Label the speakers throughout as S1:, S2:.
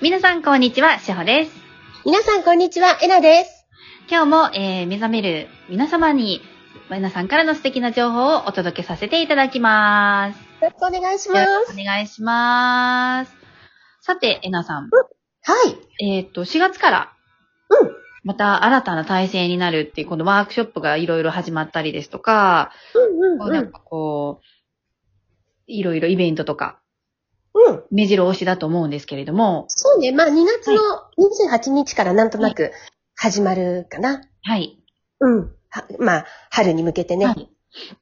S1: 皆さん、こんにちは。しほです。
S2: 皆さん、こんにちは。えなです。
S1: 今日も、えー、目覚める皆様に、皆さんからの素敵な情報をお届けさせていただきます。
S2: よろしくお願いし
S1: よ
S2: ま
S1: ろし
S2: す。
S1: くお願いします。さて、えなさん。
S2: はい。
S1: えーっと、4月から、
S2: うん
S1: また新たな体制になるっていう、このワークショップがいろいろ始まったりですとか、
S2: うん
S1: こうなん。かこう、いろいろイベントとか、
S2: うん。
S1: 目白押しだと思うんですけれども、
S2: そうね。まあ、2月の28日からなんとなく始まるかな。
S1: はい。
S2: うん。はまあ、春に向けてね。
S1: はい。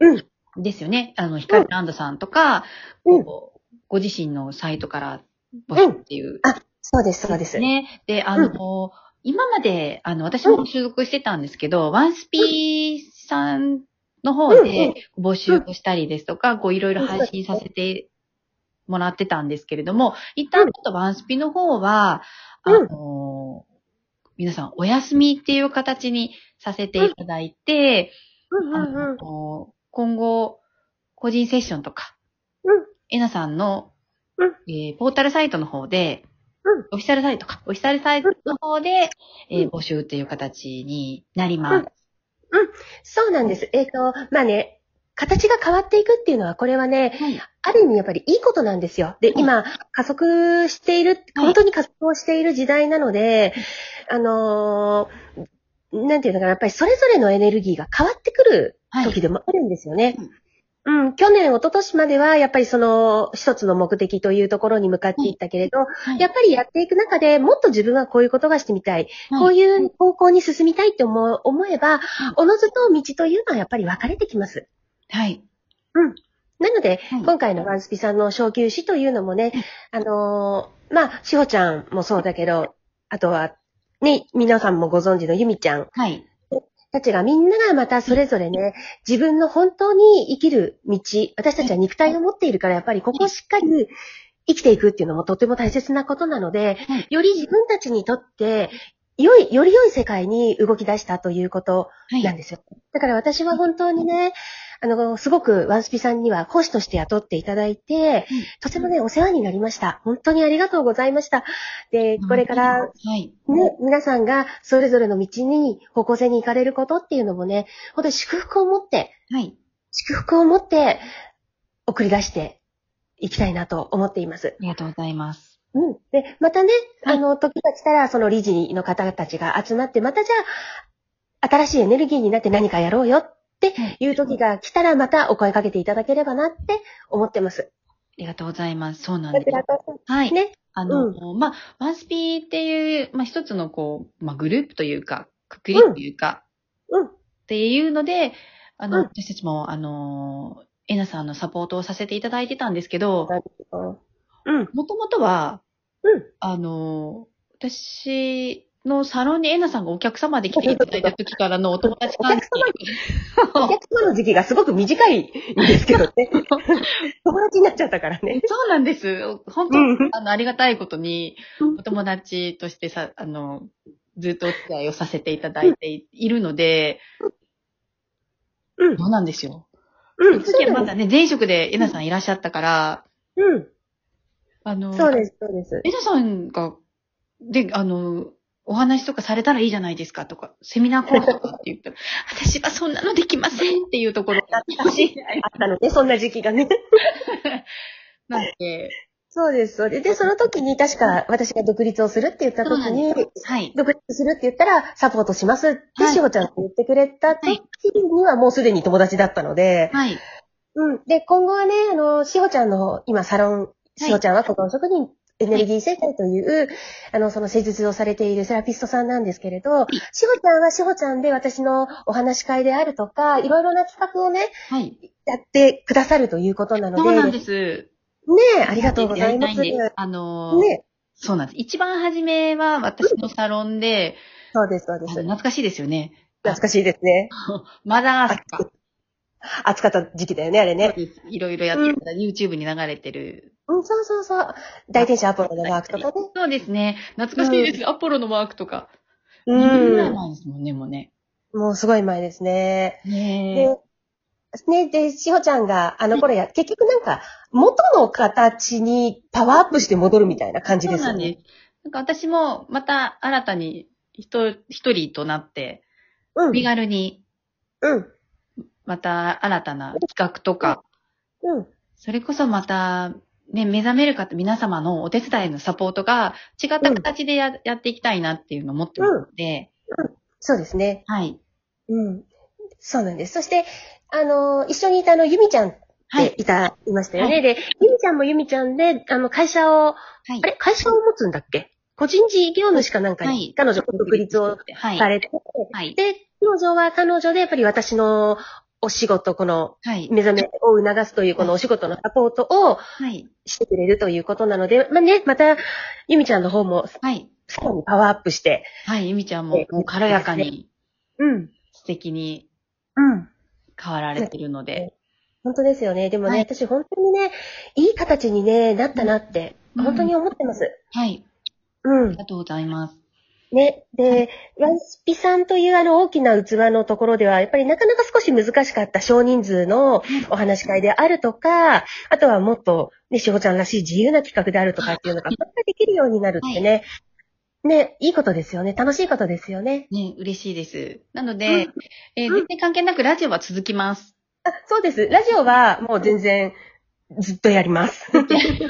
S2: うん。
S1: ですよね。あの、ヒカルランドさんとか、
S2: うん
S1: こうご自身のサイトから募集っていう。
S2: そうです、そうです。
S1: ね。で、あの、今まで、あの、私も所属してたんですけど、ワンスピーさんの方
S2: うん
S1: で募集をしたりですとか、こう、いろいろ配信させてもらってたんですけれども、一旦ちょっとワンスピの方は、あ
S2: うん
S1: の、皆さんお休みっていう形にさせていただいて、
S2: うん
S1: あの今後、個人セッションとか、
S2: うん
S1: えなさんの、
S2: うん
S1: えーポータルサイトの方で、
S2: うん
S1: オフィシャルサイトか、オフィシャルサイトの方で、
S2: うん
S1: えー募集っていう形になります。
S2: そうなんです。えっ、と、まあね、形が変わっていくっていうのは、これはね、
S1: はい。
S2: ある意味やっぱりいいことなんですよ。で、今、加速している、本当に加速をしている時代なので、あのーなんていうのかな、やっぱりそれぞれのエネルギーが変わってくる時でもあるんですよね。うん、去年、一昨年までは、やっぱりその、一つの目的というところに向かっていったけれど、
S1: はい
S2: やっぱりやっていく中でもっと自分はこういうことがしてみたい、
S1: はい
S2: こういう方向に進みたいって思う思えば、おのずと道というのはやっぱり分かれてきます。
S1: はい。
S2: なので、
S1: はい
S2: 今回のワンスピさんの小休止というのもね、あのーまあ、しほちゃんもそうだけど、あとは、ね、皆さんもご存知のゆみちゃん
S1: はい。
S2: たちがみんながまたそれぞれね、自分の本当に生きる道、私たちは肉体を持っているから、やっぱりここをしっかり生きていくっていうのもとても大切なことなので
S1: はい、
S2: より自分たちにとって、良い、より良い世界に動き出したということ
S1: はい。
S2: なんですよ。だから私は本当にね、あの、すごくワンスピさんには講師として雇っていただいて、とてもね、お世話になりました。本当にありがとうございました。で、これか
S1: は
S2: ら
S1: い。
S2: ね、皆さんがそれぞれの道に方向性に行かれることっていうのもね、本当に祝福を持って、
S1: はい。
S2: 祝福を持って送り出していきたいなと思っています。
S1: ありがとうございます。
S2: うん。で、またね、
S1: はい
S2: あの、時が来たら、その理事の方たちが集まって、またじゃあ、新しいエネルギーになって何かやろうよっていう時が来たら、またお声かけていただければなって思ってます。
S1: ありがとうございます。そうなん
S2: こ
S1: です
S2: ち。らこそ
S1: はい。
S2: ね。
S1: あの、まあ、ワンスピーっていう、まあ、一つのこう、まあ、グループというか、くくりというか、
S2: うんうん
S1: っていうので、あの、
S2: うん
S1: 私たちも、あの、えなさんのサポートをさせていただいてたんですけど、
S2: うん。
S1: もともとは、
S2: うん
S1: あの、私のサロンにえなさんがお客様で来ていただいた時からのお友達関係。
S2: お客様の時期がすごく短いんですけど ね。友達になっちゃったからね。
S1: そうなんです。本当、
S2: うん
S1: あの、ありがたいことに
S2: うん、
S1: お友達としてさ、あの、ずっとお付き合いをさせていただいているので、
S2: うん。
S1: そうなんですよ。
S2: う
S1: その時はまだね、前職でえなさんいらっしゃったから、
S2: うん。
S1: あの、
S2: そうです、そうです。
S1: えなさんが、で、あの、お話とかされたらいいじゃないですかとか、セミナー講座とかって言ったら、私はそんなのできませんっていうところが私
S2: あったのね、そんな時期がね。
S1: なんで、
S2: そうです、そうです。で、その時に確か私が独立をするって言った時に、
S1: はい。
S2: 独立するって言ったらサポートしますって、
S1: はい
S2: しほちゃんが言ってくれた時にはもうすでに友達だったので、
S1: はい。
S2: うん。で、今後はね、あの、しほちゃんの今サロン、しほちゃんは心の職人、エネルギー生態という、あの、その施術をされているセラピストさんなんですけれど、しほちゃんはしほちゃんで私のお話し会であるとか、いろいろな企画をね、
S1: はい。
S2: やってくださるということなので、
S1: そうなんです。
S2: ねえ、ありがとうございま
S1: やり
S2: す。
S1: たんです
S2: ね
S1: あの、
S2: え、
S1: そうなんです。一番初めは私のサロンで、
S2: そうです、そう
S1: あ
S2: で
S1: の
S2: す。
S1: 懐かしいですよね。
S2: 懐かしいですね。
S1: マザースか。
S2: 暑かった時期だよね、あれね。
S1: いろいろやってた、YouTube に流れてる。
S2: うん、そうそうそう。大天使アポロのワークとかね。
S1: そうですね。懐かしいです。アポロのワークとか。ぐらい
S2: うん。
S1: 前ですもんね、もうね。
S2: もうすごい前ですね。
S1: ねえ。
S2: で、ね、で、しほちゃんがあの頃や、結局なんか、元の形にパワーアップして戻るみたいな感じ
S1: そう
S2: です
S1: な
S2: よ
S1: ん
S2: ね。
S1: です。なんか私もまた新たに人、一人となって、
S2: うん。
S1: 身軽に
S2: うん。
S1: また新たな企画とか、
S2: うん。
S1: それこそまた、ね、目覚める方、皆様のお手伝いのサポートが違った形でや,、やっていきたいなっていうのを思ってますので、
S2: そうですね。
S1: はい。
S2: うん。そうなんです。そして、あの、一緒にいたあの、ゆみちゃんっ
S1: は
S2: て
S1: い。
S2: いた、い、ましたよね。
S1: はい
S2: で、ゆみちゃんもゆみちゃんで、あの、会社を、
S1: はい
S2: あ。れ会社を持つんだっけ個人事業主かなんかに、
S1: はい
S2: 彼女独立を
S1: はい。
S2: されて、
S1: はい。
S2: で、彼女は彼女で、やっぱり私のお仕事、この、
S1: はい。
S2: 目覚めを促すという、このお仕事のサポートを
S1: はい。
S2: してくれるということなので、まあね、また、ゆみちゃんの方も、
S1: はい。
S2: さらにパワーアップして、
S1: はい。ゆみちゃんも
S2: え、
S1: もう軽やかに、
S2: うん。
S1: 素敵に
S2: うん。
S1: 変わられてるので。
S2: 本当ですよね。でもね、
S1: はい
S2: 私本当にね、いい形に、ね、なったなって、
S1: うん
S2: 本当に思ってます。
S1: はい。
S2: うん
S1: あり。がとうございます。
S2: ね。で、ワンスピさんというあの大きな器のところでは、やっぱりなかなか少し難しかった少人数のお話し会であるとか、あとはもっと、ね、しほちゃんらしい自由な企画であるとかっていうのが、またできるようになるってね。ね、いいことですよね。楽しいことですよね。
S1: ね、嬉しいです。なので、
S2: うん
S1: えー
S2: うん
S1: 全然関係なくラジオは続きます。
S2: あ、そうです。ラジオはもう全然、 ずっとやります。ずっとやり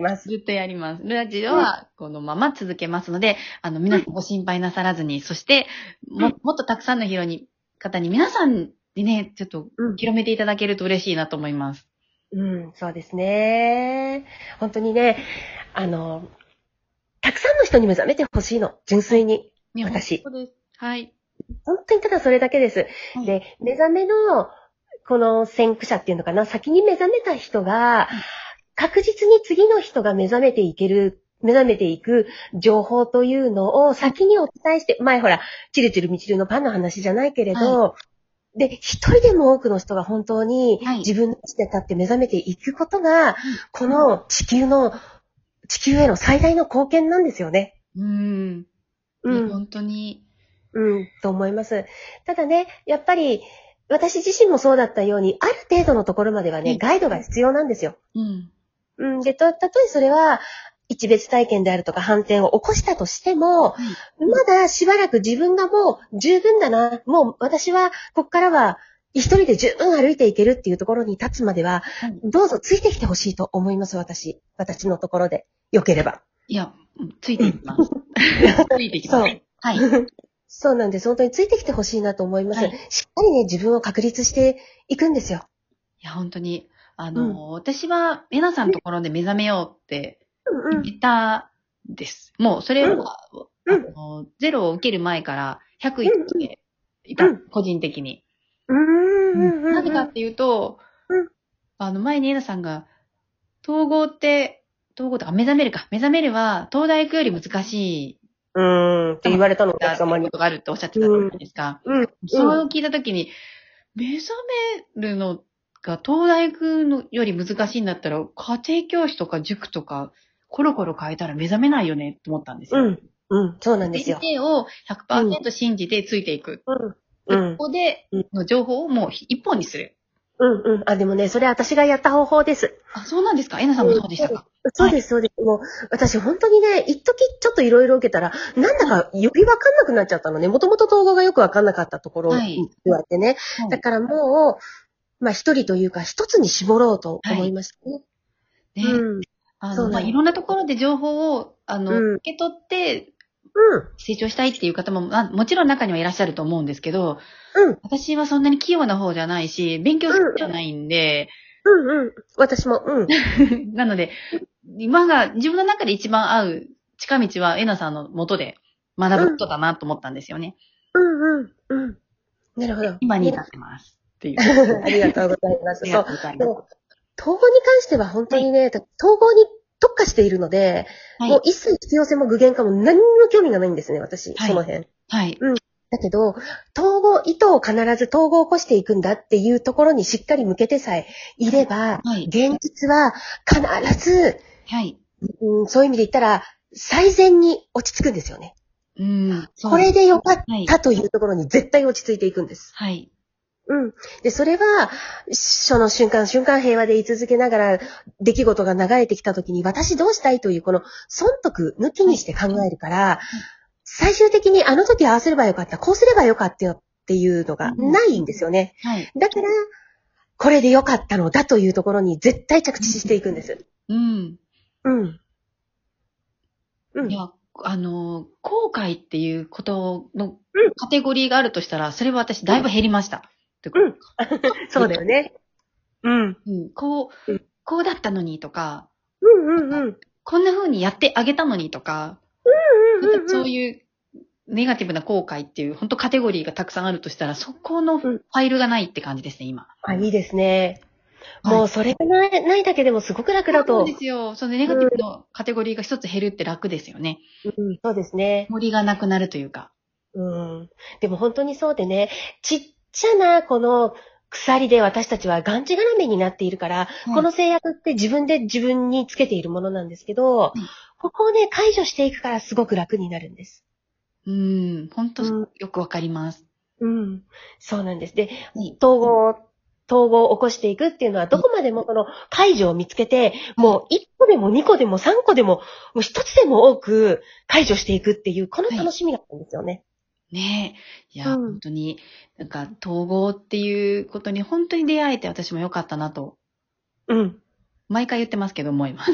S2: ます。
S1: ずっとやります。ラジオはこのまま続けますので、あの、皆さんご心配なさらずに、そして、も、もっとたくさんの広に、方に皆さんにね、ちょっと
S2: うん
S1: 広めていただけると嬉しいなと思います。
S2: うん、そうですね。本当にね、あの、たくさんの人に目覚めてほしいの。純粋に。
S1: ね
S2: 私
S1: 本当です。はい。
S2: 本当にただそれだけです。
S1: はい
S2: で、目覚めの、この先駆者っていうのかな、先に目覚めた人が、確実に次の人が目覚めていける、目覚めていく情報というのを先にお伝えして、前ほら、チルチルミチルのパンの話じゃないけれど、で、一人でも多くの人が本当に
S1: はい
S2: 自分の地で立って目覚めていくことが、この地球の、地球への最大の貢献なんですよね。
S1: うん。
S2: う
S1: ね
S2: ん。
S1: 本当に。
S2: うん、と思います。ただね、やっぱり、私自身もそうだったように、ある程度のところまでは
S1: う
S2: ね、
S1: ん
S2: ガイドが必要なんですよ。
S1: うん。
S2: うん、で、と、たとえそれは、一別体験であるとか反転を起こしたとしても、
S1: はい。
S2: まだしばらく自分がもう十分だな、もう私は、ここからは、一人で十分歩いていけるっていうところに立つまでは、
S1: はい
S2: どうぞついてきてほしいと思います、私。私のところで。良ければ。
S1: いや、うんついていきます。ついていきます。はい。
S2: そうなんです。本当についてきてほしいなと思います。
S1: はい
S2: しっかりね、自分を確立していくんですよ。
S1: いや、本当に、あの、私は、エナさんのところで目覚めようって
S2: うん
S1: 言っ。たんです。もう、それは、
S2: う
S1: あ
S2: ん
S1: の、ゼロを受ける前から100いっていた、
S2: うん
S1: 個人的に。
S2: うんうんうん。
S1: なぜかっていうと、
S2: うん
S1: あの、前にエナさんが、統合って、統合って、あ、目覚めるか。目覚めるは、東大行くより難しい、
S2: うん。って言われたの、お
S1: だ
S2: 客様に
S1: こ。とがあるっておっしゃってたじゃないですか。
S2: うん。
S1: それを聞いたときに、目覚めるのが東大行くのより難しいんだったら、家庭教師とか塾とか、コロコロ変えたら目覚めないよねって思ったんですよ。
S2: うん。うん。そうなんです
S1: 先
S2: よ。
S1: 生を100%信じてついていく。
S2: うん。う
S1: で
S2: ん。
S1: ここで
S2: うん
S1: の情報をもう一本にする。
S2: うん。うん。あ、でもね、それ私がやった方法です。
S1: あ、そうなんですかえなさんもそうでしたか
S2: そうです、そうです。もう、私本当にね、一時ちょっといろいろ受けたら、なんだかよりわかんなくなっちゃったのね。もともと統合がよくわかんなかったところを
S1: はい
S2: 言われてね。
S1: はい
S2: だからもう、まあ一人というか一つに絞ろうと思いましたね。
S1: ね、
S2: うん。
S1: あ
S2: そう
S1: の、
S2: なん
S1: まあ、
S2: です
S1: いろんなところで情報を、あの、
S2: うん
S1: 受け取って
S2: うん。
S1: 成長したいっていう方も、まあ、もちろん中にはいらっしゃると思うんですけど、
S2: うん。
S1: 私はそんなに器用な方じゃないし、勉強好きじゃないんで、
S2: うん。うん。私も、うん。
S1: なので、今が自分の中で一番合う近道は、えなさんの元で学ぶことだなと思ったんですよね。
S2: うん。うん。うん。なるほど。
S1: 今に至
S2: ね
S1: ってます。っていう。
S2: ありがとうございます。
S1: ありが
S2: そう
S1: と。うございま
S2: で
S1: す。
S2: も、統合に関しては本当にね、統合に特化しているので、
S1: は
S2: もう
S1: い。
S2: 一切必要性も具現化も何にも興味がないんですね、私、
S1: はい
S2: その辺。
S1: はい。
S2: だけど、統合、意図を必ず統合を起こしていくんだっていうところにしっかり向けてさえいれば、
S1: はい
S2: 現実は必ず、
S1: はい。
S2: うん、そういう意味で言ったら、最善に落ち着くんですよね。
S1: うん。そう
S2: これでよかっ
S1: はい。
S2: たというところに絶対落ち着いていくんです。
S1: はい。
S2: うん。で、それは、その瞬間瞬間平和で居続けながら、出来事が流れてきた時に、私どうしたいという、この、損得抜きにして考えるから、最終的にあの時ああすればよかった、こうすればよかったよっていうのがないんですよね。
S1: はい。
S2: だから、これでよかったのだというところに絶対着地していくんです。
S1: うん。
S2: うん。うん
S1: い。や、あの、後悔っていうことのカテゴリーがあるとしたら、それは私だいぶ減りました。ってこと
S2: うんそうだよね。うん。
S1: うんこ
S2: う
S1: う、こうだったのにとか、
S2: うんうんうん。うん
S1: こんな風にやってあげたのにとか、
S2: うん
S1: なんかそういうネガティブな後悔っていう、本当カテゴリーがたくさんあるとしたら、そこのファイルがないって感じですね、今。
S2: あ、いいですね。もうそれがないないだけでもすごく楽だ
S1: そう
S2: と。
S1: ですよ。そのネガティブのカテゴリーが一つ減るって楽ですよね。
S2: うん、そうですね。
S1: 森がなくなるというか。
S2: うん。でも本当にそうでね、ちっちゃなこの鎖で私たちはがんじがらめになっているから、この制約って自分で自分につけているものなんですけど、
S1: い
S2: ここをね、解除していくからすごく楽になるんです。
S1: うん、本当
S2: うん
S1: よくわかります。
S2: うん。そうなんです。で、
S1: はい
S2: 統合、統合を起こしていくっていうのは、どこまでもこの解除を見つけて、もう1個でも2個でも3個でも、もう1つでも多く解除していくっていう、この楽しみがあるんですよね。
S1: ねえ。いや、
S2: うん
S1: 本当に、なんか、統合っていうことに本当に出会えて私も良かったなと、
S2: うん。
S1: 毎回言ってますけど思 います。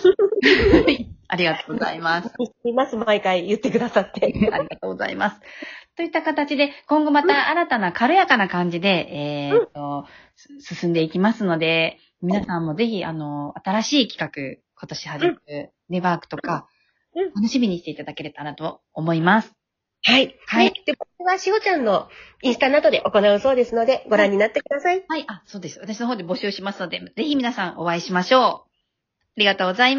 S1: ありがとうございます。
S2: います、毎回言ってくださって。
S1: ありがとうございます。といった形で、今後また新たな軽やかな感じで、えーっと、す進んでいきますので、皆さんもぜひ、あの、新しい企画、今年始まるネワークとか
S2: うんうん、
S1: 楽しみにしていただければなと思います。
S2: はい。
S1: はい
S2: ねで、これはしおちゃんのインスタなどで行うそうですので、ご覧になってください。
S1: はい、あ、そうです。私の方で募集しますので、ぜひ皆さんお会いしましょう。ありがとうございます。